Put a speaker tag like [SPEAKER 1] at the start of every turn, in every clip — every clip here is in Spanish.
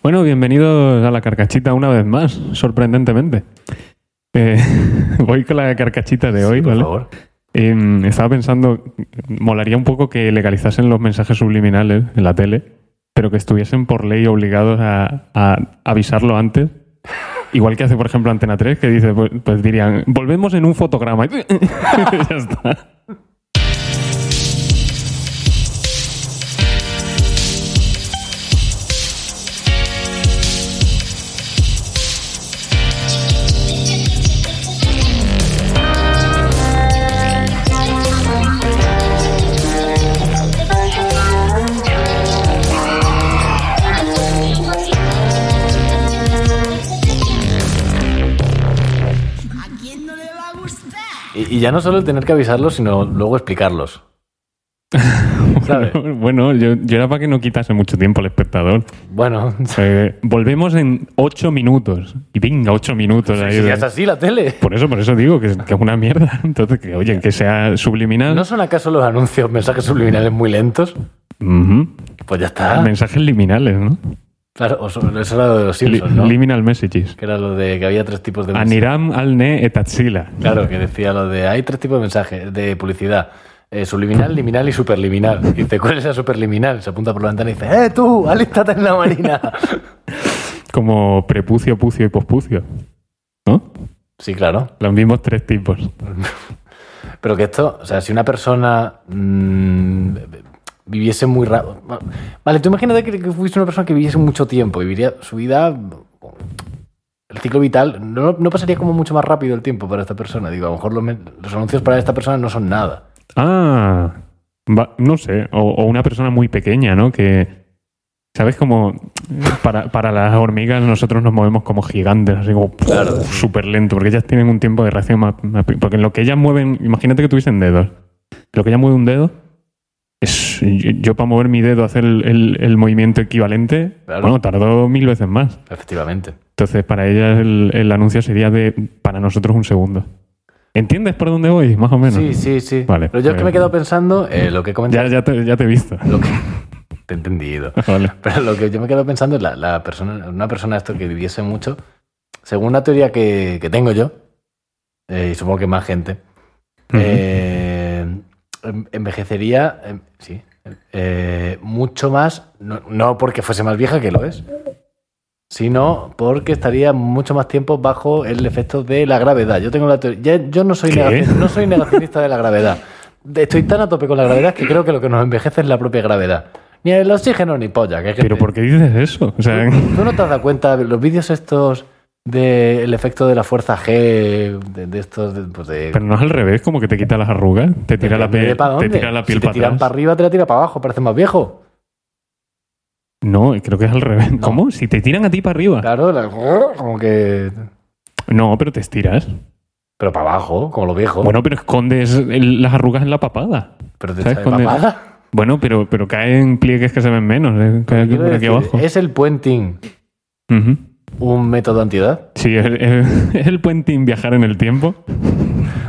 [SPEAKER 1] Bueno, bienvenidos a la carcachita una vez más, sorprendentemente. Eh, voy con la carcachita de hoy,
[SPEAKER 2] Sí, por
[SPEAKER 1] ¿vale?
[SPEAKER 2] favor.
[SPEAKER 1] Eh, estaba pensando, molaría un poco que legalizasen los mensajes subliminales en la tele, pero que estuviesen por ley obligados a, a avisarlo antes. Igual que hace, por ejemplo, Antena 3, que dice, pues, pues dirían, volvemos en un fotograma. ya está.
[SPEAKER 3] ¿A quién no le va a gustar?
[SPEAKER 2] Y, y ya no solo el tener que avisarlos, sino luego explicarlos. ¿Sabes?
[SPEAKER 1] Bueno, yo, yo era para que no quitase mucho tiempo al espectador.
[SPEAKER 2] Bueno,
[SPEAKER 1] Eh, volvemos en ocho minutos. Y venga, ocho minutos. ahí
[SPEAKER 2] si
[SPEAKER 1] de-
[SPEAKER 2] ya es así la tele.
[SPEAKER 1] Por eso, por eso digo que, es- que es una mierda. Entonces, que oye, que sea subliminal.
[SPEAKER 2] ¿No son acaso los anuncios, mensajes subliminales muy lentos?
[SPEAKER 1] Ujú.
[SPEAKER 2] Pues ya está.
[SPEAKER 1] Mensajes liminales, ¿no?
[SPEAKER 2] Claro, o so- eso era lo de los
[SPEAKER 1] Li-
[SPEAKER 2] Simpsons, ¿no?
[SPEAKER 1] Liminal messages.
[SPEAKER 2] Que era lo de que había tres tipos de mensajes.
[SPEAKER 1] Aniram alne et atzila.
[SPEAKER 2] Claro, que decía lo de hay tres tipos de mensajes de publicidad. eh, subliminal, liminal y superliminal. Y dice, ¿cuál es la superliminal? Se apunta por la ventana y dice, ¡eh, tú! ¡Alístate en la marina!
[SPEAKER 1] Como prepucio, pucio y pospucio. ¿No?
[SPEAKER 2] sí, claro.
[SPEAKER 1] Los mismos tres tipos.
[SPEAKER 2] Pero que esto, o sea, si una persona mm, viviese muy rápido. Vale, tú imagínate que, que fuese una persona que viviese mucho tiempo y viviría su vida. El ciclo vital no, no pasaría como mucho más rápido el tiempo para esta persona. Digo, a lo mejor los, men- los anuncios para esta persona no son nada.
[SPEAKER 1] Ah, va- no sé. O, o una persona muy pequeña, ¿no? Que. ¿Sabes cómo para, para las hormigas nosotros nos movemos como gigantes, así como súper lento, porque ellas tienen un tiempo de reacción más, más pe- Porque en lo que ellas mueven, imagínate que tuviesen dedos. Lo que ella mueve un dedo, es yo, para mover mi dedo, hacer el, el- el movimiento equivalente,
[SPEAKER 2] Claro.
[SPEAKER 1] bueno, tardó mil veces más.
[SPEAKER 2] Efectivamente.
[SPEAKER 1] Entonces, para ellas el, el anuncio sería de para nosotros un segundo. ¿Entiendes por dónde voy? Más o menos.
[SPEAKER 2] sí, sí, sí.
[SPEAKER 1] Vale,
[SPEAKER 2] Pero yo es que
[SPEAKER 1] pues-
[SPEAKER 2] me he quedado pensando eh, lo que he
[SPEAKER 1] Ya,
[SPEAKER 2] comentado.
[SPEAKER 1] ya, te, ya te he visto.
[SPEAKER 2] Lo que... Te he entendido.
[SPEAKER 1] Vale.
[SPEAKER 2] Pero lo que yo me quedo pensando es la, la persona, una persona esto que viviese mucho, según una teoría que, que tengo yo, eh, y supongo que más gente,
[SPEAKER 1] Ujú.
[SPEAKER 2] eh, en- envejecería, em, sí, eh, mucho más, no, no porque fuese más vieja que lo es, sino porque estaría mucho más tiempo bajo el efecto de la gravedad. Yo tengo la teoría, ya- yo no soy,
[SPEAKER 1] ¿Qué?
[SPEAKER 2] negaci- no soy negacionista de la gravedad. De- Estoy tan a tope con la gravedad que creo que lo que nos envejece es la propia gravedad. Ni el oxígeno ni polla. Que hay
[SPEAKER 1] Pero
[SPEAKER 2] gente-
[SPEAKER 1] ¿por qué dices eso? O sea,
[SPEAKER 2] ¿Tú no te has dado cuenta de los vídeos estos del efecto de la fuerza G, de, de estos, de, pues de...
[SPEAKER 1] pero no es al revés, como que te quita las arrugas, te tira, la,
[SPEAKER 2] Depende
[SPEAKER 1] piel,
[SPEAKER 2] de pa'
[SPEAKER 1] te
[SPEAKER 2] dónde.
[SPEAKER 1] tira la piel
[SPEAKER 2] si te
[SPEAKER 1] para
[SPEAKER 2] tiran
[SPEAKER 1] atrás. Ah.
[SPEAKER 2] para arriba, te la tira para abajo, parece más viejo.
[SPEAKER 1] No, creo que es al revés.
[SPEAKER 2] No.
[SPEAKER 1] ¿Cómo? Si te tiran a ti para arriba.
[SPEAKER 2] Claro, la- como que...
[SPEAKER 1] No, pero te estiras.
[SPEAKER 2] Pero para abajo, como lo viejo.
[SPEAKER 1] Bueno, pero escondes el- las arrugas en la papada.
[SPEAKER 2] pero te
[SPEAKER 1] ¿sabes
[SPEAKER 2] sale
[SPEAKER 1] cuándo-
[SPEAKER 2] papada.
[SPEAKER 1] Bueno, pero, pero caen pliegues que se ven menos. eh, cae
[SPEAKER 2] Quiero
[SPEAKER 1] por aquí
[SPEAKER 2] decir,
[SPEAKER 1] abajo.
[SPEAKER 2] ¿Es el puenting
[SPEAKER 1] Ujú.
[SPEAKER 2] un método antiedad?
[SPEAKER 1] Sí, es es- es el puentín viajar en el tiempo.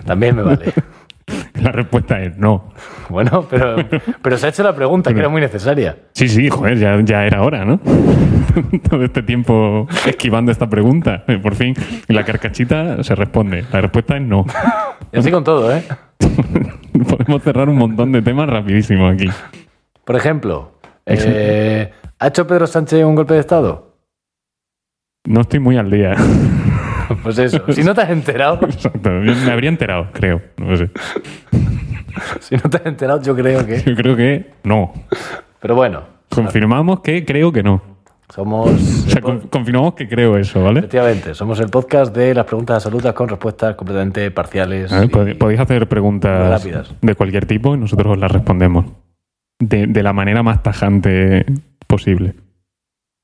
[SPEAKER 2] También me vale.
[SPEAKER 1] La respuesta es no.
[SPEAKER 2] bueno, pero, pero se ha hecho la pregunta, que era muy necesaria.
[SPEAKER 1] Sí, sí, joder, ya, ya era hora, ¿no? Todo este tiempo esquivando esta pregunta. Eh, Por fin, en la carcachita se responde. La respuesta es no.
[SPEAKER 2] Y así con todo, ¿eh?
[SPEAKER 1] Podemos cerrar un montón de temas rapidísimo aquí.
[SPEAKER 2] Por ejemplo, eh, ¿ha hecho Pedro Sánchez un golpe de Estado?
[SPEAKER 1] No estoy muy al día.
[SPEAKER 2] Pues eso, si no te has enterado,
[SPEAKER 1] Exacto. Yo Me habría enterado, creo. No sé.
[SPEAKER 2] si no te has enterado, yo creo que.
[SPEAKER 1] Yo creo que no.
[SPEAKER 2] Pero bueno,
[SPEAKER 1] Confirmamos que creo que no.
[SPEAKER 2] somos.
[SPEAKER 1] O sea, con- confirmamos que creo eso, ¿vale?
[SPEAKER 2] Efectivamente, somos el podcast de las preguntas absolutas con respuestas completamente parciales.
[SPEAKER 1] A ver,
[SPEAKER 2] y-
[SPEAKER 1] pod- podéis hacer
[SPEAKER 2] Muy
[SPEAKER 1] preguntas
[SPEAKER 2] rápidas.
[SPEAKER 1] de cualquier tipo y nosotros os las respondemos de, de la manera más tajante posible.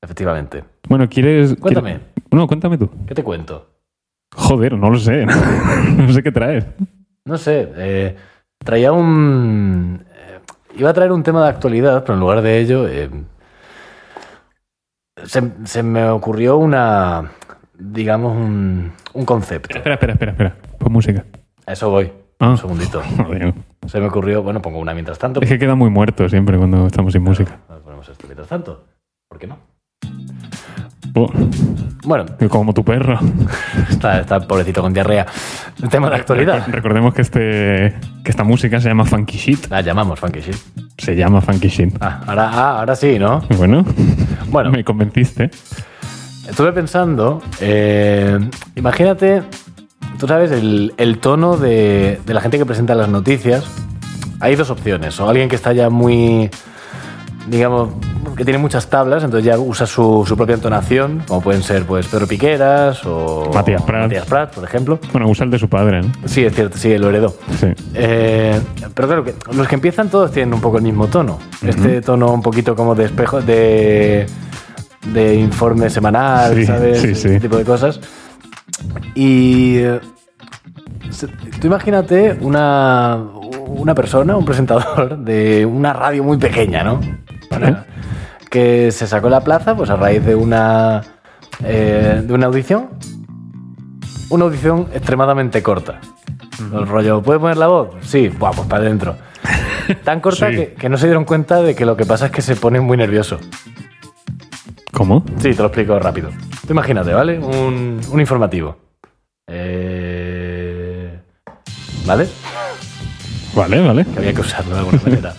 [SPEAKER 2] Efectivamente.
[SPEAKER 1] Bueno, ¿quieres...? quieres-
[SPEAKER 2] Cuéntame,
[SPEAKER 1] No, cuéntame tú.
[SPEAKER 2] ¿qué te cuento?
[SPEAKER 1] Joder, no lo sé. no sé qué traes.
[SPEAKER 2] No sé, eh, traía un. eh, iba a traer un tema de actualidad, pero en lugar de ello. eh, se, se me ocurrió una. digamos, un, un concepto.
[SPEAKER 1] Espera, espera, espera, espera. Pon música.
[SPEAKER 2] A eso voy.
[SPEAKER 1] Ah.
[SPEAKER 2] Un segundito.
[SPEAKER 1] Joder.
[SPEAKER 2] Se me ocurrió, bueno, pongo una mientras tanto.
[SPEAKER 1] Es que queda muy muerto siempre cuando estamos sin música.
[SPEAKER 2] Ponemos esto mientras tanto. ¿Por qué no?
[SPEAKER 1] Oh,
[SPEAKER 2] Bueno,
[SPEAKER 1] como tu perro.
[SPEAKER 2] está, está pobrecito con diarrea. El tema de la actualidad.
[SPEAKER 1] Recu- Recordemos que, este, que esta música se llama Funky Shit.
[SPEAKER 2] La Ah, llamamos Funky Shit.
[SPEAKER 1] Se llama Funky Shit.
[SPEAKER 2] Ah, ahora, ah, ahora sí, ¿no?
[SPEAKER 1] Bueno,
[SPEAKER 2] Bueno.
[SPEAKER 1] me convenciste.
[SPEAKER 2] Estuve pensando, eh, imagínate, tú sabes, el, el tono de, de la gente que presenta las noticias. Hay dos opciones, o alguien que está ya muy, digamos, que tiene muchas tablas, entonces ya usa su, su propia entonación, como pueden ser pues Pedro Piqueras o
[SPEAKER 1] Matías Prats.
[SPEAKER 2] Matías Prats, por ejemplo.
[SPEAKER 1] Bueno, usa el de su padre, ¿no?
[SPEAKER 2] Sí, es cierto, sí, lo heredó.
[SPEAKER 1] Sí.
[SPEAKER 2] Eh, pero claro, que los que empiezan todos tienen un poco el mismo tono. Este tono un poquito como de espejo, de, de informe semanal,
[SPEAKER 1] Sí,
[SPEAKER 2] ¿sabes?
[SPEAKER 1] sí, sí.
[SPEAKER 2] Ese tipo de cosas. Y eh, se- tú imagínate una, una persona, un presentador de una radio muy pequeña, ¿no?
[SPEAKER 1] Vale.
[SPEAKER 2] Que se sacó la plaza pues a raíz de una, eh, de una audición. Una audición extremadamente corta. El rollo, ¿puedes poner la voz? Sí, Buah, pues para adentro. Tan corta
[SPEAKER 1] Sí.
[SPEAKER 2] que, que no se dieron cuenta de que lo que pasa es que se pone muy nervioso.
[SPEAKER 1] ¿Cómo?
[SPEAKER 2] Sí, te lo explico rápido. Tú imagínate, ¿vale? Un, un informativo. Eh, ¿Vale?
[SPEAKER 1] Vale, vale.
[SPEAKER 2] Que había que usarlo de alguna manera.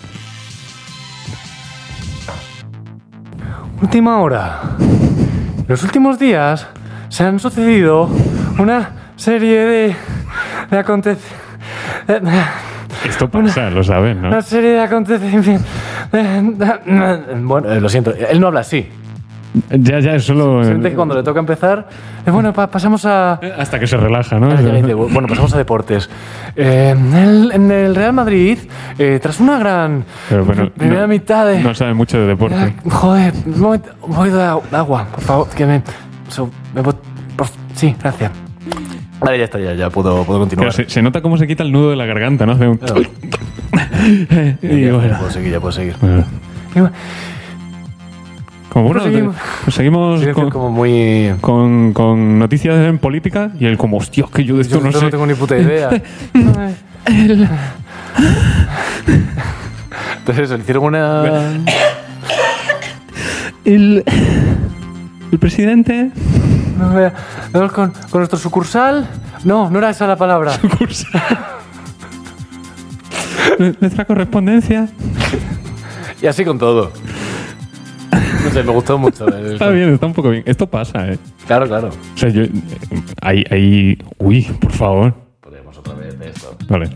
[SPEAKER 2] Última hora. En los últimos días se han sucedido una serie de, de acontecimientos.
[SPEAKER 1] Esto pasa, lo sabes, ¿no?
[SPEAKER 2] Una serie de acontecimientos. Bueno, eh, lo siento, él no habla así.
[SPEAKER 1] Ya, ya, es solo.
[SPEAKER 2] Simplemente que cuando le toca empezar, eh, bueno, pa- pasamos a.
[SPEAKER 1] Hasta que se relaja, ¿no?
[SPEAKER 2] Ah, ya dice, Bueno, pasamos a deportes. Eh, en, el, en el Real Madrid, eh, tras una gran
[SPEAKER 1] Pero bueno,
[SPEAKER 2] primera
[SPEAKER 1] no-
[SPEAKER 2] mitad de.
[SPEAKER 1] No sabe mucho de
[SPEAKER 2] Ah,
[SPEAKER 1] deporte.
[SPEAKER 2] joder, un momento, un poquito de agu- agua, por favor, que me. so- me bot- por- sí, gracias. Vale, ya está, ya, ya puedo,
[SPEAKER 1] Pero
[SPEAKER 2] puedo continuar.
[SPEAKER 1] se, se nota cómo se quita el nudo de la garganta, ¿no? Hace un-
[SPEAKER 2] eh. Claro.
[SPEAKER 1] y
[SPEAKER 2] Ya, ya
[SPEAKER 1] bueno.
[SPEAKER 2] puedo seguir, ya puedo seguir.
[SPEAKER 1] Bueno. Como bueno,
[SPEAKER 2] Proseguimos.
[SPEAKER 1] te- pues seguimos
[SPEAKER 2] Silencio
[SPEAKER 1] con,
[SPEAKER 2] como muy.
[SPEAKER 1] con- con noticias en política y él como, hostia, que yo de esto
[SPEAKER 2] Yo
[SPEAKER 1] no
[SPEAKER 2] no,
[SPEAKER 1] sé.
[SPEAKER 2] tengo ni puta idea. Entonces, eso, le hicieron una.
[SPEAKER 1] El, el presidente
[SPEAKER 2] una- una- Con, con nuestro sucursal. No, no era esa la palabra.
[SPEAKER 1] nuestra correspondencia.
[SPEAKER 2] Y así con todo. No sé, me gustó mucho. el-
[SPEAKER 1] Está bien, está un poco bien. Esto pasa, ¿eh?
[SPEAKER 2] Claro, claro.
[SPEAKER 1] O sea, yo... eh, Ahí... ahí uy, por favor.
[SPEAKER 2] Podemos otra vez de esto.
[SPEAKER 1] Vale.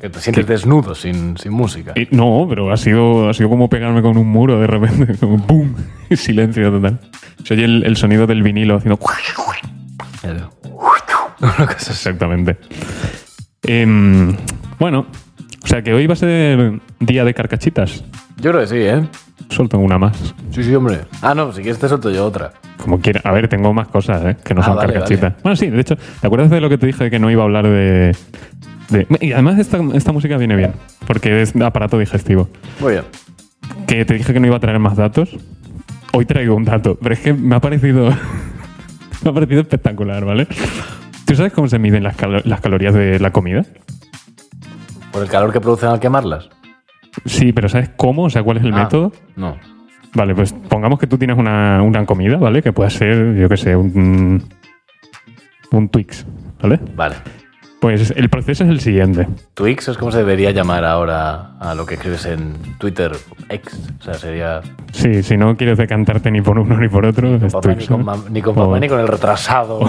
[SPEAKER 2] Que te sientes desnudo sin, sin música.
[SPEAKER 1] Eh, No, pero ha sido, ha sido como pegarme con un muro de repente, como ¡boom! Silencio total. Se oye el, el sonido del vinilo haciendo...
[SPEAKER 2] Claro.
[SPEAKER 1] Exactamente. Em, bueno, o sea que hoy va a ser día de carcachitas.
[SPEAKER 2] Yo creo que sí, ¿eh?
[SPEAKER 1] Suelto una más.
[SPEAKER 2] Sí, sí, hombre. Ah, no, si quieres te suelto yo otra.
[SPEAKER 1] Como quiera. A ver, tengo más cosas, ¿eh? Que no
[SPEAKER 2] Ah,
[SPEAKER 1] son
[SPEAKER 2] vale,
[SPEAKER 1] carcachitas. Bueno, sí, de hecho, ¿te acuerdas de lo que te dije de que no iba a hablar de. de- Y además esta, esta música viene bien, porque es aparato digestivo.
[SPEAKER 2] Muy bien.
[SPEAKER 1] Que te dije que no iba a traer más datos. Hoy traigo un dato, pero es que me ha parecido. me ha parecido espectacular, ¿vale? ¿Tú sabes cómo se miden las, calo- las calorías de la comida?
[SPEAKER 2] ¿Por el calor que producen al quemarlas?
[SPEAKER 1] Sí, pero ¿sabes cómo? O sea, ¿cuál es el
[SPEAKER 2] Ah,
[SPEAKER 1] método?
[SPEAKER 2] No.
[SPEAKER 1] Vale, pues pongamos que tú tienes una, una comida, ¿vale? Que pueda ser, yo qué sé, un. un Twix, ¿vale?
[SPEAKER 2] Vale.
[SPEAKER 1] Pues el proceso es el siguiente.
[SPEAKER 2] Twix es como se debería llamar ahora a lo que escribes en Twitter X. O sea, sería
[SPEAKER 1] Sí, si no quieres decantarte ni por uno ni por otro, es
[SPEAKER 2] papá
[SPEAKER 1] Twix,
[SPEAKER 2] ni con,
[SPEAKER 1] ¿no?
[SPEAKER 2] mam- ni con papá
[SPEAKER 1] O-
[SPEAKER 2] ni con el retrasado.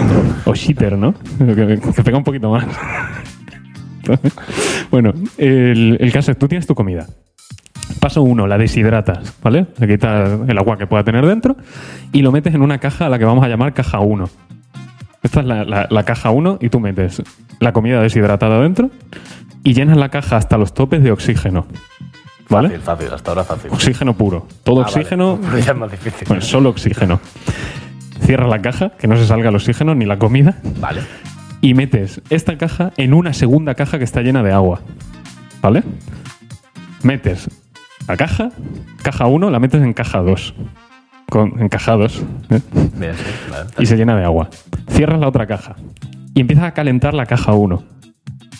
[SPEAKER 1] O shitter, ¿no? Que, que pega un poquito más. bueno, el, el caso es, tú tienes tu comida. Paso uno, la deshidratas, ¿vale? Le quitas el agua que pueda tener dentro y lo metes en una caja a la que vamos a llamar caja 1. Esta es la, la- la caja 1 y tú metes la comida deshidratada dentro y llenas la caja hasta los topes de oxígeno. ¿Vale?
[SPEAKER 2] Fácil, fácil, hasta ahora fácil.
[SPEAKER 1] Oxígeno puro. Todo
[SPEAKER 2] Ah, vale.
[SPEAKER 1] oxígeno
[SPEAKER 2] Pero ya es más difícil.
[SPEAKER 1] bueno, solo oxígeno. Cierras la caja, que no se salga el oxígeno ni la comida,
[SPEAKER 2] Vale.
[SPEAKER 1] y metes esta caja en una segunda caja que está llena de agua. ¿Vale? Metes la caja, caja 1, la metes en caja 2. Con, en caja 2. ¿eh?
[SPEAKER 2] Bien, sí, vale.
[SPEAKER 1] Y se llena de agua. Cierras la otra caja. Y empiezas a calentar la caja 1.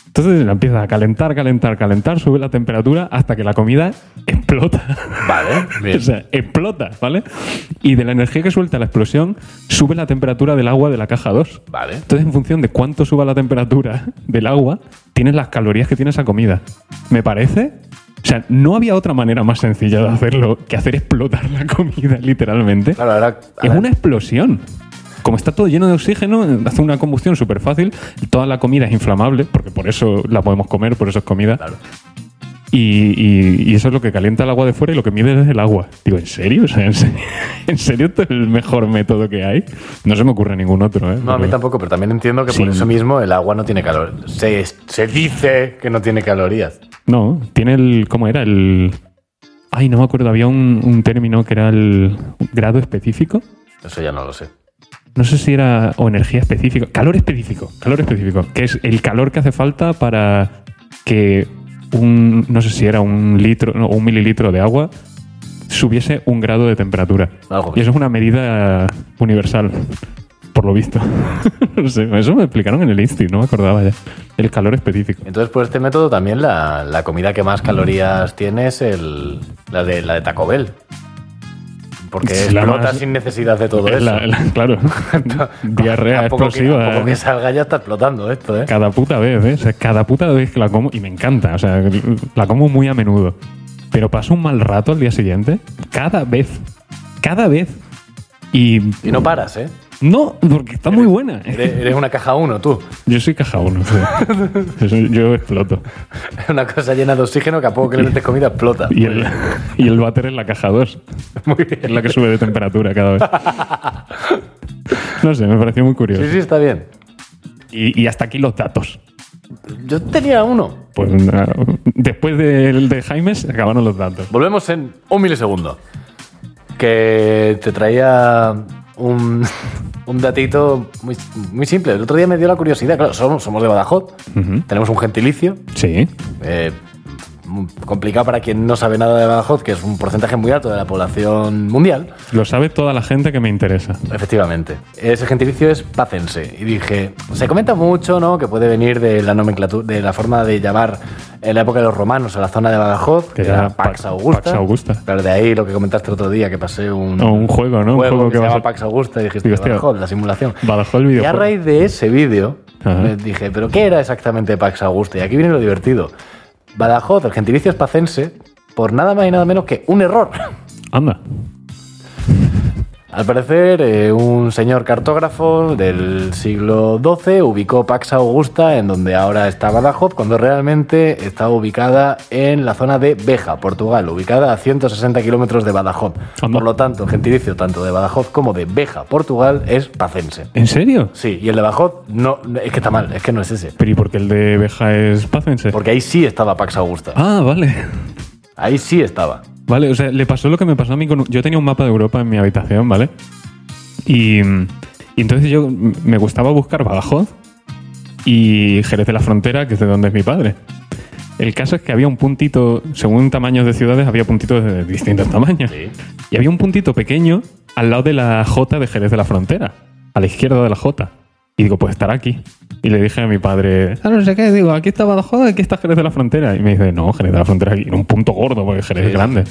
[SPEAKER 1] Entonces la empiezas a calentar, calentar, calentar, sube la temperatura hasta que la comida explota.
[SPEAKER 2] Vale, bien.
[SPEAKER 1] o sea, explota, ¿vale? Y de la energía que suelta la explosión, sube la temperatura del agua de la caja 2.
[SPEAKER 2] Vale.
[SPEAKER 1] Entonces, en función de cuánto suba la temperatura del agua, tienes las calorías que tiene esa comida. ¿Me parece? O sea, no había otra manera más sencilla de hacerlo que hacer explotar la comida, literalmente.
[SPEAKER 2] Claro, ahora.
[SPEAKER 1] Es
[SPEAKER 2] ahora-
[SPEAKER 1] una explosión. Como está todo lleno de oxígeno, hace una combustión súper fácil. Toda la comida es inflamable, porque por eso la podemos comer, por eso es comida.
[SPEAKER 2] Claro.
[SPEAKER 1] Y, y- y eso es lo que calienta el agua de fuera y lo que mide es el agua. Digo, ¿en serio? O sea, ¿en serio, ¿en serio esto es el mejor método que hay? No se me ocurre ningún otro, ¿eh?
[SPEAKER 2] No, a mí
[SPEAKER 1] Pero-
[SPEAKER 2] tampoco, pero también entiendo que por
[SPEAKER 1] Sí.
[SPEAKER 2] eso mismo el agua no tiene calor. Se, se dice que no tiene calorías.
[SPEAKER 1] No, tiene el. ¿Cómo era? El. Ay, no me acuerdo, había un, un término que era el grado específico.
[SPEAKER 2] Eso ya no lo sé.
[SPEAKER 1] No sé si era. o energía específica. Calor específico. Calor específico. Que es el calor que hace falta para que un. no sé si era un litro no, un mililitro de agua subiese un grado de temperatura.
[SPEAKER 2] Algo.
[SPEAKER 1] Y eso es una medida universal, por lo visto. no sé, eso me explicaron en el Insti, no me acordaba ya. El calor específico.
[SPEAKER 2] Entonces, por este método también la, la comida que más calorías tiene es el, la, de, la de Taco Bell. Porque
[SPEAKER 1] Es la
[SPEAKER 2] explota
[SPEAKER 1] más-
[SPEAKER 2] sin necesidad de todo
[SPEAKER 1] Es
[SPEAKER 2] eso.
[SPEAKER 1] la- la- claro. Diarrea
[SPEAKER 2] A poco que-
[SPEAKER 1] explosiva. ¿eh?
[SPEAKER 2] a poco que salga ya está explotando esto, ¿eh?
[SPEAKER 1] Cada puta vez, ¿eh? O sea, cada puta vez que la como, y me encanta, o sea, la como muy a menudo. Pero paso un mal rato al día siguiente, cada vez, cada vez. Y
[SPEAKER 2] Y no paras, ¿eh?
[SPEAKER 1] no, porque está muy buena.
[SPEAKER 2] Eres, eres una caja uno, tú.
[SPEAKER 1] Yo soy caja uno. o sea, yo soy- yo exploto.
[SPEAKER 2] Una cosa llena de oxígeno que a poco que le metes comida explota.
[SPEAKER 1] Y el, y el váter es la caja 2. Es la que sube de temperatura cada vez. No sé, me pareció muy curioso.
[SPEAKER 2] Sí, sí, está bien.
[SPEAKER 1] Y, y hasta aquí los datos.
[SPEAKER 2] Yo tenía uno.
[SPEAKER 1] Pues nada, después del de Jaime se acabaron los datos.
[SPEAKER 2] Volvemos en un milisegundo. Que te traía un, un datito muy, muy simple. El otro día me dio la curiosidad. Claro, somos, somos de Badajoz.
[SPEAKER 1] Ujú.
[SPEAKER 2] Tenemos un gentilicio.
[SPEAKER 1] Sí.
[SPEAKER 2] eh, muy complicado para quien no sabe nada de Badajoz, que es un porcentaje muy alto de la población mundial.
[SPEAKER 1] Lo sabe toda la gente que me interesa.
[SPEAKER 2] Efectivamente. Ese gentilicio es pacense. Y dije, se comenta mucho, ¿no? Que puede venir de la nomenclatura, de la forma de llamar en la época de los romanos a la zona de Badajoz, que, era Pax
[SPEAKER 1] Pa-
[SPEAKER 2] Augusta.
[SPEAKER 1] Pax Augusta.
[SPEAKER 2] Pero de ahí lo que comentaste el otro día, que pasé un,
[SPEAKER 1] O un juego, ¿no? Un
[SPEAKER 2] juego
[SPEAKER 1] juego
[SPEAKER 2] que,
[SPEAKER 1] que
[SPEAKER 2] se
[SPEAKER 1] vas
[SPEAKER 2] llama
[SPEAKER 1] a-
[SPEAKER 2] Pax Augusta y dijiste,
[SPEAKER 1] Digo, hostia,
[SPEAKER 2] Badajoz, la simulación.
[SPEAKER 1] Badajoz el
[SPEAKER 2] Y a
[SPEAKER 1] videojuego.
[SPEAKER 2] raíz de ese vídeo
[SPEAKER 1] Ajá.
[SPEAKER 2] me dije, ¿pero qué era exactamente Pax Augusta? Y aquí viene lo divertido. Badajoz, el gentilicio es pacense, por nada más y nada menos que un error.
[SPEAKER 1] Anda.
[SPEAKER 2] Al parecer, eh, un señor cartógrafo del siglo XII ubicó Pax Augusta en donde ahora está Badajoz, cuando realmente está ubicada en la zona de Beja, Portugal, ubicada a 160 kilómetros de Badajoz.
[SPEAKER 1] Anda.
[SPEAKER 2] Por lo tanto, el gentilicio tanto de Badajoz como de Beja, Portugal, es pacense.
[SPEAKER 1] ¿En serio?
[SPEAKER 2] Sí, y el de Badajoz no, no, es que está mal, es que no es ese.
[SPEAKER 1] Pero ¿y por qué el de Beja es Pacense?
[SPEAKER 2] Porque ahí sí estaba Pax Augusta.
[SPEAKER 1] Ah, vale.
[SPEAKER 2] Ahí sí estaba.
[SPEAKER 1] Vale, o sea, le pasó lo que me pasó a mí con... Yo tenía un mapa de Europa en mi habitación, ¿vale? Y, y entonces yo me gustaba buscar Badajoz y Jerez de la Frontera, que es de donde es mi padre. El caso es que había un puntito, según tamaños de ciudades, había puntitos de distintos tamaños. Y había un puntito pequeño al lado de la J de Jerez de la Frontera, a la izquierda de la J. Y digo, pues estará aquí. Y le dije a mi padre, ah, no sé qué, digo, aquí está Badajoz, aquí está Jerez de la Frontera. Y me dice, no, Jerez de la Frontera aquí, en un punto gordo, porque Jerez es grande.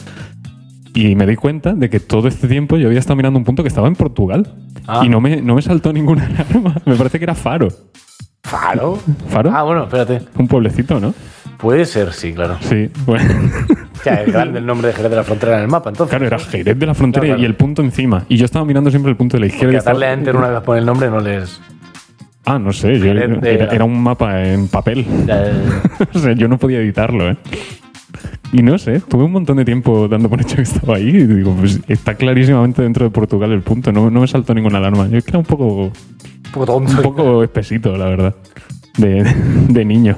[SPEAKER 1] Y me di cuenta de que todo este tiempo yo había estado mirando un punto que estaba en Portugal.
[SPEAKER 2] Ah.
[SPEAKER 1] Y no me, no me saltó ninguna alarma. Me parece que era Faro.
[SPEAKER 2] ¿Faro?
[SPEAKER 1] ¿Faro?
[SPEAKER 2] Ah, bueno, espérate.
[SPEAKER 1] Un pueblecito, ¿no?
[SPEAKER 2] Puede ser, sí, claro.
[SPEAKER 1] Sí. Bueno.
[SPEAKER 2] O sea, es grande el nombre de Jerez de la Frontera en el mapa, entonces.
[SPEAKER 1] claro, era Jerez de la Frontera
[SPEAKER 2] Claro, claro.
[SPEAKER 1] y el punto encima. Y yo estaba mirando siempre el punto de la izquierda. y
[SPEAKER 2] Que
[SPEAKER 1] estaba-
[SPEAKER 2] darle a enter una vez por el nombre no les.
[SPEAKER 1] Ah, no sé. yo-
[SPEAKER 2] Jerez de-
[SPEAKER 1] era, era un mapa en papel. o sea, yo no podía editarlo, ¿eh? Y no sé, tuve un montón de tiempo dando por hecho que estaba ahí. Y digo, pues está clarísimamente dentro de Portugal el punto. No, no me saltó ninguna alarma. Yo es que era un poco
[SPEAKER 2] Un poco tonto.
[SPEAKER 1] un poco espesito, la verdad. De, de niño.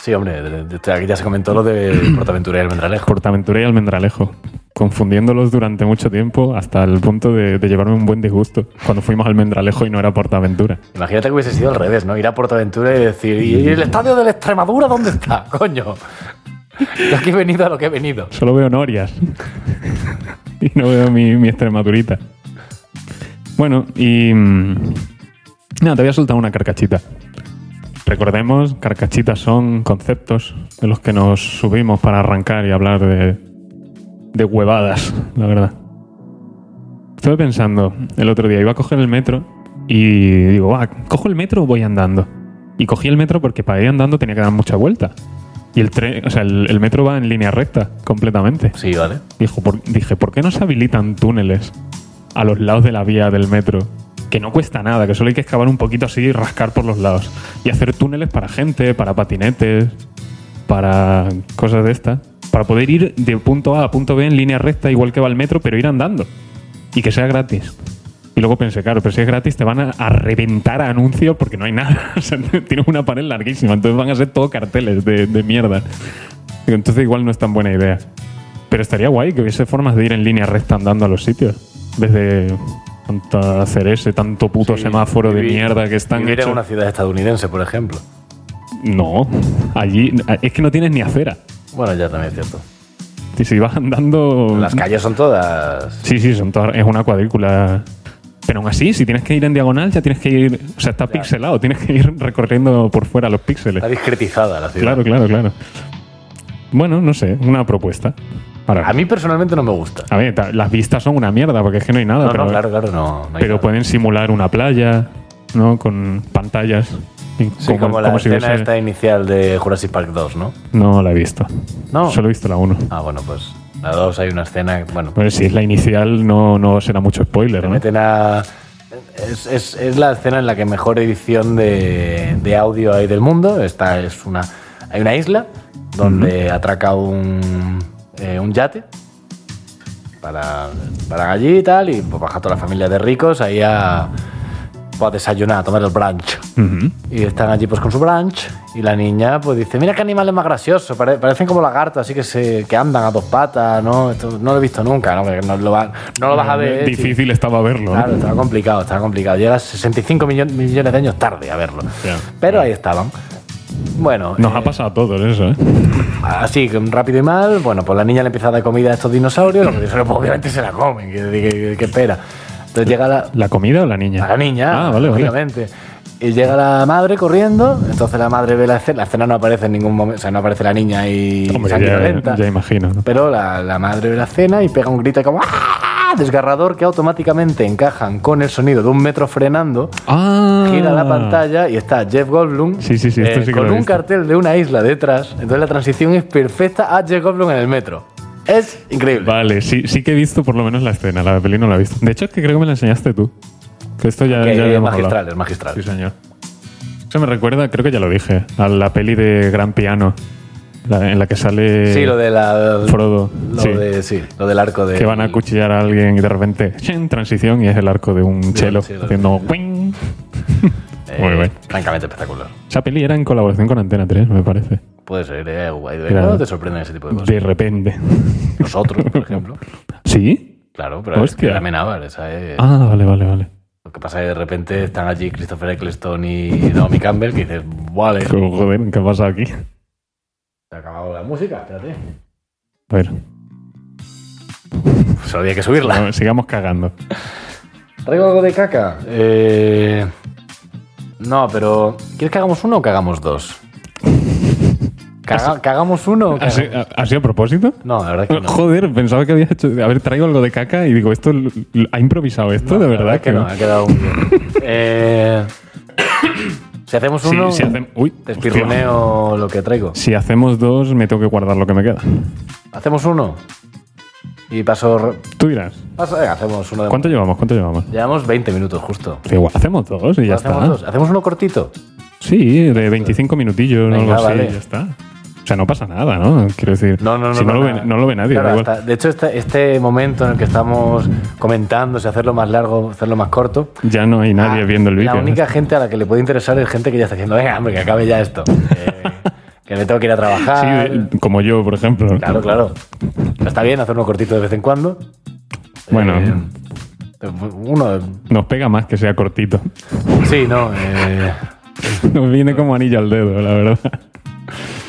[SPEAKER 2] Sí, hombre, de- de- de- aquí ya se comentó lo de Portaventura y Almendralejo.
[SPEAKER 1] Portaventura y almendralejo. Confundiéndolos durante mucho tiempo hasta el punto de, de llevarme un buen disgusto. Cuando fuimos al almendralejo y no era Portaventura.
[SPEAKER 2] Imagínate que hubiese sido al revés, ¿no? Ir a Portaventura y decir, ¿y el estadio de la Extremadura dónde está? Coño. Yo aquí he venido a lo que he venido.
[SPEAKER 1] Solo veo norias. y no veo mi, mi extrematurita. Bueno, y. mm, Nada, te había soltado una carcachita. Recordemos, carcachitas son conceptos de los que nos subimos para arrancar y hablar de, de huevadas, la verdad. Estuve pensando el otro día, iba a coger el metro y digo, ah, ¿cojo el metro o voy andando? Y cogí el metro porque para ir andando tenía que dar mucha vuelta. Y el tren, o sea, el, el metro va en línea recta completamente.
[SPEAKER 2] Sí, vale.
[SPEAKER 1] Dijo, por- dije, ¿por qué no se habilitan túneles a los lados de la vía del metro? Que no cuesta nada, que solo hay que excavar un poquito así y rascar por los lados. Y hacer túneles para gente, para patinetes, para cosas de estas. Para poder ir de punto A a punto B en línea recta, igual que va el metro, pero ir andando. Y que sea gratis. Y luego pensé, claro, pero si es gratis te van a, a reventar a anuncios porque no hay nada. O sea, tienes una pared larguísima, entonces van a ser todo carteles de, de mierda. Digo, Entonces igual no es tan buena idea. Pero estaría guay que hubiese formas de ir en línea recta andando a los sitios. Desde tanta ese tanto puto
[SPEAKER 2] Sí,
[SPEAKER 1] semáforo de
[SPEAKER 2] vivir-
[SPEAKER 1] mierda que están
[SPEAKER 2] Vivir
[SPEAKER 1] hechos.
[SPEAKER 2] en una ciudad estadounidense, por ejemplo.
[SPEAKER 1] No, allí es que no tienes ni acera.
[SPEAKER 2] Bueno, ya también es cierto.
[SPEAKER 1] Y si vas andando...
[SPEAKER 2] Las calles son todas.
[SPEAKER 1] Sí, sí, son todas- es una cuadrícula. Pero aún así, si tienes que ir en diagonal, ya tienes que ir. O sea, está pixelado, tienes que ir recorriendo por fuera los píxeles.
[SPEAKER 2] Está discretizada la ciudad.
[SPEAKER 1] Claro, claro, claro. Bueno, no sé, una propuesta. Ahora,
[SPEAKER 2] A mí personalmente no me gusta.
[SPEAKER 1] a ver, ta- las vistas son una mierda porque es que no hay nada,
[SPEAKER 2] No, no,
[SPEAKER 1] pero,
[SPEAKER 2] claro, claro, no. no hay
[SPEAKER 1] pero pues,
[SPEAKER 2] nada.
[SPEAKER 1] pueden simular una playa, ¿no? Con pantallas. y
[SPEAKER 2] Sí, como, la
[SPEAKER 1] si
[SPEAKER 2] escena
[SPEAKER 1] hubiese-
[SPEAKER 2] esta inicial de Jurassic Park 2, ¿no?
[SPEAKER 1] No la he visto.
[SPEAKER 2] No.
[SPEAKER 1] Solo he visto la 1.
[SPEAKER 2] Ah, bueno, pues la 2 hay una escena, bueno,
[SPEAKER 1] Bueno, si es la inicial, no, no será mucho spoiler,
[SPEAKER 2] te
[SPEAKER 1] ¿no?
[SPEAKER 2] meten a... Es, es- es la escena en la que mejor edición de, de audio hay del mundo. Esta es una... Hay una isla donde atraca un, eh, un yate para, para allí y tal, y pues, baja toda la familia de ricos ahí a, pues, a desayunar, a tomar el brunch.
[SPEAKER 1] Ujú.
[SPEAKER 2] Y están allí pues con su brunch y la niña pues dice, mira qué animal es más gracioso, pare- parecen como lagartos así que se que andan a dos patas, ¿no? Esto no lo he visto nunca, ¿no? Porque No lo, va- no lo vas a ver.
[SPEAKER 1] Mm, Eh, Difícil estaba verlo. ¿eh? ¿no?
[SPEAKER 2] sí. Claro, estaba complicado, estaba complicado. Llegas 65 millo- millones de años tarde a verlo.
[SPEAKER 1] Ya.
[SPEAKER 2] Pero ahí estaban. Bueno,
[SPEAKER 1] Nos
[SPEAKER 2] eh,
[SPEAKER 1] ha pasado a todos eso, ¿eh?
[SPEAKER 2] así que rápido y mal, bueno, pues la niña le empieza a dar comida a estos dinosaurios, los dinosaurios pues, obviamente se la comen, que, que- que espera. Entonces llega la,
[SPEAKER 1] ¿La comida o la niña?
[SPEAKER 2] a la niña,
[SPEAKER 1] Ah, vale, vale.
[SPEAKER 2] lógicamente. Y llega la madre corriendo, entonces la madre ve la escena, la escena no aparece en ningún momento, o sea, no aparece la niña ahí
[SPEAKER 1] Hombre,
[SPEAKER 2] sanguinolenta,
[SPEAKER 1] ya, ya imagino. ¿no?
[SPEAKER 2] pero la, la madre ve la escena y pega un grito como ¡Ah! desgarrador que automáticamente encajan con el sonido de un metro frenando,
[SPEAKER 1] Ah,
[SPEAKER 2] gira la pantalla y está Jeff Goldblum eh,
[SPEAKER 1] Sí, sí, sí, esto sí que
[SPEAKER 2] con
[SPEAKER 1] lo he
[SPEAKER 2] un
[SPEAKER 1] visto.
[SPEAKER 2] cartel de una isla detrás, entonces la transición es perfecta a Jeff Goldblum en el metro. Es increíble.
[SPEAKER 1] Vale, sí, sí que he visto por lo menos la escena, la peli no la he visto. De hecho, es que creo que me la enseñaste tú. Que esto ya,
[SPEAKER 2] Que
[SPEAKER 1] ya
[SPEAKER 2] es
[SPEAKER 1] habíamos
[SPEAKER 2] magistral,
[SPEAKER 1] hablado.
[SPEAKER 2] es magistral.
[SPEAKER 1] Sí, señor. Eso me recuerda, creo que ya lo dije, a la peli de Gran Piano, la- en la que sale
[SPEAKER 2] Sí, lo de la.
[SPEAKER 1] Eh, Frodo.
[SPEAKER 2] Lo
[SPEAKER 1] sí,
[SPEAKER 2] de, sí, lo del arco de.
[SPEAKER 1] que van a acuchillar a alguien y de repente, ¡chin! transición, y es el arco de un chelo
[SPEAKER 2] chelo.
[SPEAKER 1] haciendo ¡cuing!
[SPEAKER 2] eh,
[SPEAKER 1] Muy bien.
[SPEAKER 2] Francamente espectacular.
[SPEAKER 1] Esa peli era en colaboración con Antena 3, me parece.
[SPEAKER 2] Puede ser, eh, guay. de-
[SPEAKER 1] Claro.
[SPEAKER 2] ¿Cómo te sorprenden ese tipo de cosas?
[SPEAKER 1] De repente.
[SPEAKER 2] Nosotros, por ejemplo.
[SPEAKER 1] ¿Sí?
[SPEAKER 2] Claro, pero es
[SPEAKER 1] Hostia.
[SPEAKER 2] que Amenábar, esa es.
[SPEAKER 1] Ah, vale, vale, vale.
[SPEAKER 2] Lo que pasa es que de repente están allí Christopher Eccleston y Naomi Campbell que dices, vale, se
[SPEAKER 1] Joder, ¿qué ha pasado aquí?
[SPEAKER 2] ha acabado la música, espérate.
[SPEAKER 1] A ver,
[SPEAKER 2] Solo había Pues que subirla.
[SPEAKER 1] no, sigamos cagando.
[SPEAKER 2] ¿Traigo algo de caca? Eh, no, pero. ¿Quieres que hagamos uno o que hagamos dos? Caga- ¿Cagamos uno o
[SPEAKER 1] ¿Ha
[SPEAKER 2] cagamos-
[SPEAKER 1] sido, ha- ha sido a propósito?
[SPEAKER 2] No, la verdad que no.
[SPEAKER 1] Joder, pensaba que había hecho. A ver, traigo algo de caca y digo, ¿esto l- l- ha improvisado esto? de
[SPEAKER 2] La
[SPEAKER 1] verdad,
[SPEAKER 2] que no, ha quedado muy bien. Eh, si hacemos
[SPEAKER 1] Sí,
[SPEAKER 2] uno,
[SPEAKER 1] si hacen- uy,
[SPEAKER 2] te espirroneo lo que traigo.
[SPEAKER 1] Si hacemos dos, me tengo que guardar lo que me queda.
[SPEAKER 2] Hacemos uno. Y paso. re-
[SPEAKER 1] Tú dirás.
[SPEAKER 2] paso- venga, hacemos uno de
[SPEAKER 1] ¿Cuánto llevamos? ¿Cuánto llevamos?
[SPEAKER 2] Llevamos 20 minutos justo.
[SPEAKER 1] Da igual, hacemos dos y ya
[SPEAKER 2] hacemos
[SPEAKER 1] está.
[SPEAKER 2] dos. Hacemos uno cortito.
[SPEAKER 1] Sí, de 25 minutillos o
[SPEAKER 2] Venga,
[SPEAKER 1] algo así,
[SPEAKER 2] vale.
[SPEAKER 1] ya está. O sea, no pasa nada, ¿no? Quiero decir,
[SPEAKER 2] No, no, no.
[SPEAKER 1] si no, lo
[SPEAKER 2] nada.
[SPEAKER 1] ve, no lo ve nadie,
[SPEAKER 2] Claro,
[SPEAKER 1] da igual.
[SPEAKER 2] hasta- de hecho, este, este momento en el que estamos comentando si hacerlo más largo, hacerlo más corto.
[SPEAKER 1] ya no hay nadie
[SPEAKER 2] ah,
[SPEAKER 1] viendo el vídeo.
[SPEAKER 2] La
[SPEAKER 1] ¿no?
[SPEAKER 2] única gente a la que le puede interesar es gente que ya está diciendo, venga, hombre, que acabe ya esto. eh, que me tengo que ir a
[SPEAKER 1] Sí,
[SPEAKER 2] trabajar.
[SPEAKER 1] de- como yo, por ejemplo.
[SPEAKER 2] Claro, claro. Pero Está bien hacer uno cortito de vez en cuando.
[SPEAKER 1] Bueno.
[SPEAKER 2] Eh, uno.
[SPEAKER 1] Nos pega más que sea cortito.
[SPEAKER 2] Sí, no. eh,
[SPEAKER 1] Nos viene como anillo al dedo, la verdad.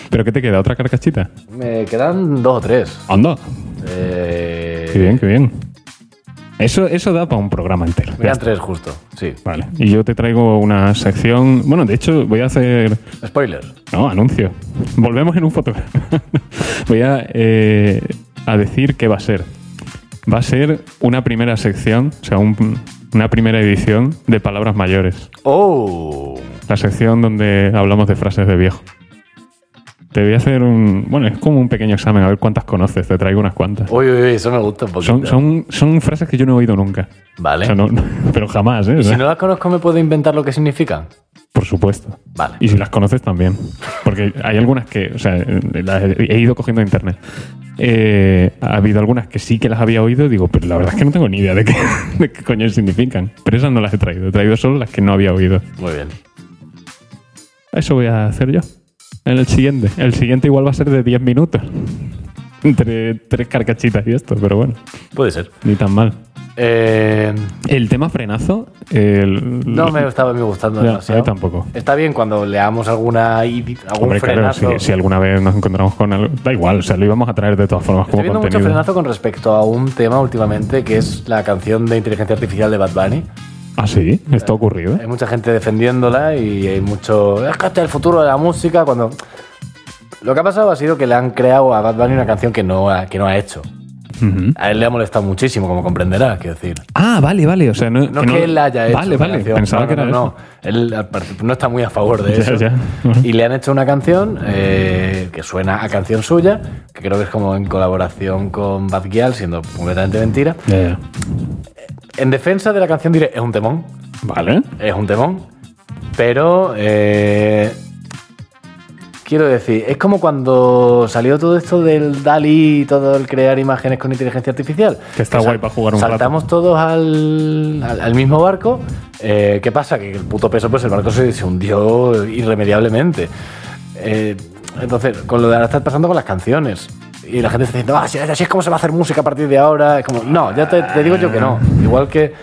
[SPEAKER 1] ¿Pero qué te queda? ¿Otra carcachita?
[SPEAKER 2] me quedan dos o tres.
[SPEAKER 1] ¡Anda!
[SPEAKER 2] Eh,
[SPEAKER 1] Qué bien, qué bien. Eso, eso da para un programa entero. Ya
[SPEAKER 2] Eran
[SPEAKER 1] está.
[SPEAKER 2] tres justo, sí.
[SPEAKER 1] Vale. Y yo te traigo una sección. Bueno, de hecho, voy a hacer.
[SPEAKER 2] Spoiler.
[SPEAKER 1] No, anuncio. Volvemos en un fotograma. voy a, eh, a decir qué va a ser. Va a ser una primera sección, o sea, un- una primera edición de palabras mayores.
[SPEAKER 2] Oh.
[SPEAKER 1] La sección donde hablamos de frases de viejo. Te voy a hacer un. Bueno, es como un pequeño examen, a ver cuántas conoces. Te traigo unas cuantas.
[SPEAKER 2] Uy, uy, uy, eso me gusta un poquito.
[SPEAKER 1] Son, son, son frases que yo no he oído nunca. O
[SPEAKER 2] Vale.
[SPEAKER 1] sea, no- no- pero jamás, ¿eh? O
[SPEAKER 2] Y ¿Eh? si
[SPEAKER 1] sea,
[SPEAKER 2] no las conozco, ¿me puedo inventar lo que significan?
[SPEAKER 1] Por supuesto.
[SPEAKER 2] Vale.
[SPEAKER 1] Y si las conoces también. Porque hay algunas que, o sea, las he ido cogiendo de internet. Eh, ha habido algunas que sí que las había oído, digo, pero la verdad es que no tengo ni idea de qué, de qué coño significan. Pero esas no las he traído, he traído solo las que no había oído.
[SPEAKER 2] Muy bien.
[SPEAKER 1] Eso voy a hacer yo. En el siguiente. El siguiente igual va a ser de 10 minutos. Entre tres carcachitas y esto, pero bueno,
[SPEAKER 2] Puede ser.
[SPEAKER 1] ni tan mal.
[SPEAKER 2] Eh,
[SPEAKER 1] El tema frenazo. el-
[SPEAKER 2] no me estaba a mí gustando
[SPEAKER 1] Ya,
[SPEAKER 2] demasiado.
[SPEAKER 1] a mí tampoco.
[SPEAKER 2] Está bien cuando leamos alguna idi- algún
[SPEAKER 1] Hombre, claro,
[SPEAKER 2] frenazo.
[SPEAKER 1] si, si alguna vez nos encontramos con algo. Da igual, o sea, lo íbamos a traer de todas formas
[SPEAKER 2] Estoy
[SPEAKER 1] como
[SPEAKER 2] viendo mucho
[SPEAKER 1] contenido.
[SPEAKER 2] frenazo con respecto a un tema últimamente que es la canción de inteligencia artificial de Bad Bunny.
[SPEAKER 1] Ah, sí, esto ha ocurrido.
[SPEAKER 2] Hay mucha gente defendiéndola y hay mucho. Es que este es el futuro de la música. Cuando. Lo que ha pasado ha sido que le han creado a Bad Bunny una canción que no ha, que no ha hecho.
[SPEAKER 1] Ujú.
[SPEAKER 2] A él le ha molestado muchísimo, como comprenderá, quiero decir.
[SPEAKER 1] Ah, vale, vale. O sea, no,
[SPEAKER 2] No
[SPEAKER 1] que
[SPEAKER 2] que,
[SPEAKER 1] no-
[SPEAKER 2] él haya hecho.
[SPEAKER 1] Vale,
[SPEAKER 2] una
[SPEAKER 1] vale.
[SPEAKER 2] canción.
[SPEAKER 1] Pensaba
[SPEAKER 2] No,
[SPEAKER 1] que
[SPEAKER 2] no,
[SPEAKER 1] era
[SPEAKER 2] no,
[SPEAKER 1] eso.
[SPEAKER 2] no. Él al parecer, no está muy a favor de
[SPEAKER 1] Ya,
[SPEAKER 2] eso.
[SPEAKER 1] ya.
[SPEAKER 2] Y le han hecho una canción eh, que suena a canción suya, que creo que es como en colaboración con Bad Gyal, siendo completamente mentira.
[SPEAKER 1] Ya, ya.
[SPEAKER 2] En defensa de la canción diré, es un temón,
[SPEAKER 1] Vale.
[SPEAKER 2] es un temón, pero eh, quiero decir, es como cuando salió todo esto del DALI y todo el crear imágenes con inteligencia artificial.
[SPEAKER 1] Que está guay para jugar un rato.
[SPEAKER 2] Saltamos todos al, al- al mismo barco. Eh, ¿Qué pasa? Que el puto peso, pues el barco se, se hundió irremediablemente. Eh, entonces, con lo de ahora está pasando con las canciones. Y la gente está diciendo, ah, así, así es como se va a hacer música a partir de ahora. Es como, no, ya te, te digo yo que no. Igual que,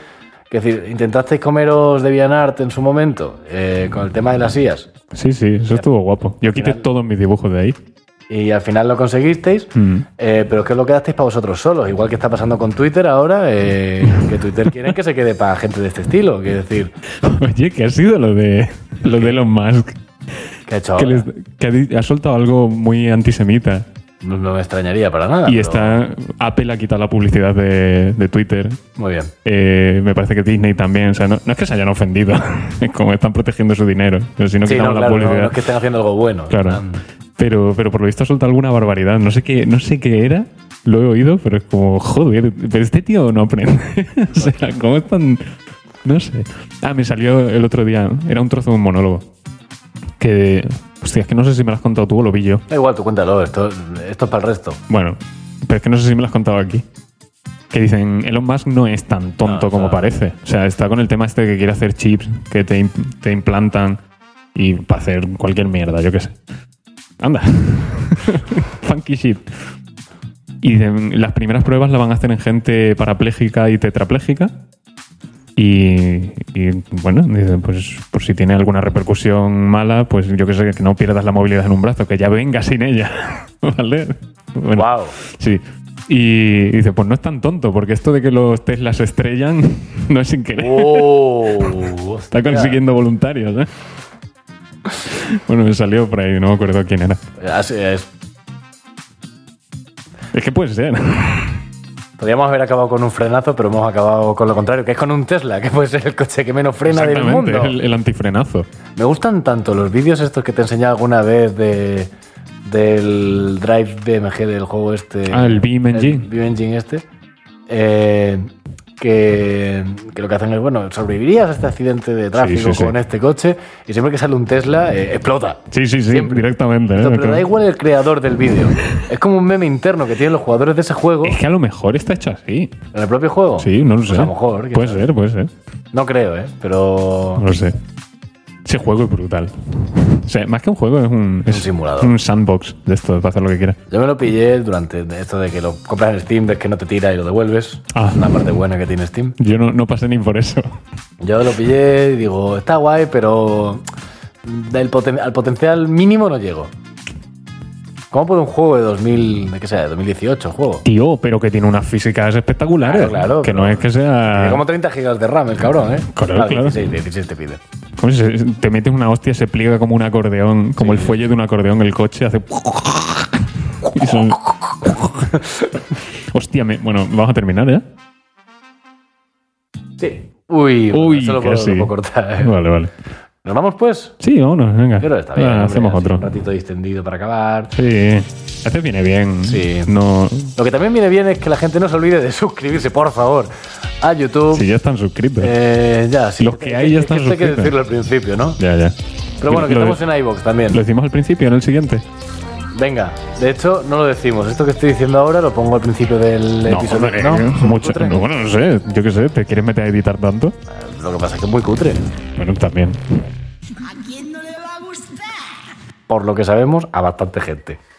[SPEAKER 2] que decir, intentasteis comeros de Vianart en su momento eh, con el tema de las sillas.
[SPEAKER 1] Sí, sí, eso estuvo guapo. Yo quité todos mis dibujos de ahí.
[SPEAKER 2] Y al final lo conseguisteis,
[SPEAKER 1] Mm.
[SPEAKER 2] eh, pero es que lo quedasteis para vosotros solos, igual que está pasando con Twitter ahora, eh, que Twitter quieren que se quede para gente de este estilo, quiero decir,
[SPEAKER 1] Oye, ¿qué ha sido lo de lo de Elon Musk?
[SPEAKER 2] que ha hecho
[SPEAKER 1] Que,
[SPEAKER 2] ahora?
[SPEAKER 1] les- que ha di- ha soltado algo muy antisemita.
[SPEAKER 2] No, no me extrañaría para nada.
[SPEAKER 1] Y
[SPEAKER 2] pero-
[SPEAKER 1] está. Apple ha quitado la publicidad de, de Twitter.
[SPEAKER 2] Muy bien.
[SPEAKER 1] Eh, me parece que Disney también. O sea, no, no es que se hayan ofendido. es como están protegiendo su dinero. Pero si no
[SPEAKER 2] Sí, no,
[SPEAKER 1] quitamos la
[SPEAKER 2] claro, no,
[SPEAKER 1] publicidad.
[SPEAKER 2] no es que estén haciendo algo bueno.
[SPEAKER 1] Claro.
[SPEAKER 2] están-
[SPEAKER 1] Pero, pero por lo visto ha soltado alguna barbaridad. No sé qué, no sé qué era. Lo he oído, pero es como, joder, pero este tío no aprende. o sea, ¿cómo es tan.? No sé. Ah, me salió el otro día. Era un trozo de un monólogo. Que. Hostia, es que no sé si me lo has contado tú o lo vi yo.
[SPEAKER 2] Da igual, tú cuéntalo, esto, esto es para el resto.
[SPEAKER 1] Bueno, pero es que no sé si me lo has contado aquí. Que dicen, Elon Musk no es tan tonto
[SPEAKER 2] No,
[SPEAKER 1] como
[SPEAKER 2] no.
[SPEAKER 1] parece. O sea, está con el tema este que quiere hacer chips que te, im- te implantan y para hacer cualquier mierda, yo qué sé. Anda. Funky shit. Y dicen, las primeras pruebas las van a hacer en gente parapléjica y tetrapléjica. Y, y, bueno, dicen, pues por si tiene alguna repercusión mala, pues yo qué sé, que no pierdas la movilidad en un brazo, que ya venga sin ella. ¿Vale? Bueno,
[SPEAKER 2] ¡Wow!
[SPEAKER 1] Sí. Y dice, pues no es tan tonto, porque esto de que los Teslas se estrellan no es sin querer.
[SPEAKER 2] ¡Wow!
[SPEAKER 1] Está consiguiendo voluntarios, ¿eh? Bueno, me salió por ahí, no me acuerdo quién era.
[SPEAKER 2] Así Ah, es.
[SPEAKER 1] Es que puede ser.
[SPEAKER 2] Podríamos haber acabado con un frenazo, pero hemos acabado con lo contrario, que es con un Tesla, que puede ser el coche que menos frena del
[SPEAKER 1] Exactamente,
[SPEAKER 2] mundo.
[SPEAKER 1] es el, el antifrenazo.
[SPEAKER 2] Me gustan tanto los vídeos estos que te enseñé alguna vez de, del Drive BMG del juego este.
[SPEAKER 1] Ah, el Beam Engine.
[SPEAKER 2] El Beam Engine este. eh, que, que lo que hacen es, bueno, sobrevivirías a este accidente de tráfico
[SPEAKER 1] Sí, sí, sí.
[SPEAKER 2] con este coche y siempre que sale un Tesla eh, explota.
[SPEAKER 1] Sí, sí, sí,
[SPEAKER 2] Siempre.
[SPEAKER 1] directamente. ¿eh?
[SPEAKER 2] Pero da igual el creador del vídeo. Es como un meme interno que tienen los jugadores de ese juego
[SPEAKER 1] Es que a lo mejor está hecho así.
[SPEAKER 2] en el propio juego.
[SPEAKER 1] Sí, no lo sé.
[SPEAKER 2] Pues a lo mejor. quién
[SPEAKER 1] puede
[SPEAKER 2] sabe.
[SPEAKER 1] ser, puede ser.
[SPEAKER 2] No creo, ¿eh? Pero.
[SPEAKER 1] No lo sé. Ese juego es brutal. O sea, más que un juego, es un, es
[SPEAKER 2] simulador.
[SPEAKER 1] Un sandbox de esto, para hacer lo que quieras.
[SPEAKER 2] Yo me lo pillé durante esto de que lo compras en Steam, ves que no te tira y lo devuelves.
[SPEAKER 1] Ah.
[SPEAKER 2] Es una parte buena que tiene Steam.
[SPEAKER 1] Yo no, no pasé ni por eso.
[SPEAKER 2] Yo lo pillé y digo, está guay, pero del poten- al potencial mínimo no llego. ¿Cómo puede un juego de 2000, de qué sea, de 2018 juego?
[SPEAKER 1] Tío, pero que tiene unas físicas espectaculares.
[SPEAKER 2] Claro, Ah, claro,
[SPEAKER 1] que
[SPEAKER 2] pero-
[SPEAKER 1] no es que sea.
[SPEAKER 2] Tiene como 30 gigas de RAM el cabrón, ¿eh?
[SPEAKER 1] Ah. Claro,
[SPEAKER 2] Ah,
[SPEAKER 1] claro.
[SPEAKER 2] 16, 16 te pide.
[SPEAKER 1] Como si se- te metes una hostia, se pliega como un acordeón, como el fuelle de un acordeón, el coche hace. y son- hostia, me- bueno, vamos a terminar ¿eh? ya.
[SPEAKER 2] Sí. Uy, pues
[SPEAKER 1] Uy,
[SPEAKER 2] eso lo puedo,
[SPEAKER 1] casi.
[SPEAKER 2] lo puedo cortar. ¿eh?
[SPEAKER 1] Vale, vale.
[SPEAKER 2] ¿Nos vamos pues?
[SPEAKER 1] Sí, vámonos, venga.
[SPEAKER 2] Pero está bien.
[SPEAKER 1] Ah,
[SPEAKER 2] hombre,
[SPEAKER 1] hacemos
[SPEAKER 2] así,
[SPEAKER 1] otro.
[SPEAKER 2] Un ratito distendido para acabar.
[SPEAKER 1] Sí. Este viene bien.
[SPEAKER 2] Sí.
[SPEAKER 1] No.
[SPEAKER 2] Lo que también viene bien es que la gente no se olvide de suscribirse, por favor, a YouTube.
[SPEAKER 1] Si ya están suscritos.
[SPEAKER 2] Eh, ya, sí.
[SPEAKER 1] Los que hay ya
[SPEAKER 2] Es
[SPEAKER 1] están
[SPEAKER 2] esto hay que
[SPEAKER 1] suscritos.
[SPEAKER 2] decirlo al principio, ¿no?
[SPEAKER 1] ya, ya.
[SPEAKER 2] Pero bueno, que
[SPEAKER 1] Lo-
[SPEAKER 2] estamos en Este iVoox también.
[SPEAKER 1] Lo decimos al principio, en el siguiente.
[SPEAKER 2] Venga, de hecho, no lo decimos. Esto que estoy diciendo ahora lo pongo al principio del episodio.
[SPEAKER 1] hombre,
[SPEAKER 2] ¿no? ¿Es muy
[SPEAKER 1] mucho.
[SPEAKER 2] cutre?
[SPEAKER 1] no, Bueno, no sé. Yo qué sé. ¿Te quieres meter a editar tanto?
[SPEAKER 2] Lo que pasa es que es muy cutre.
[SPEAKER 1] Bueno, también.
[SPEAKER 3] ¿A quién no le va a gustar?
[SPEAKER 2] Por lo que sabemos, a bastante gente.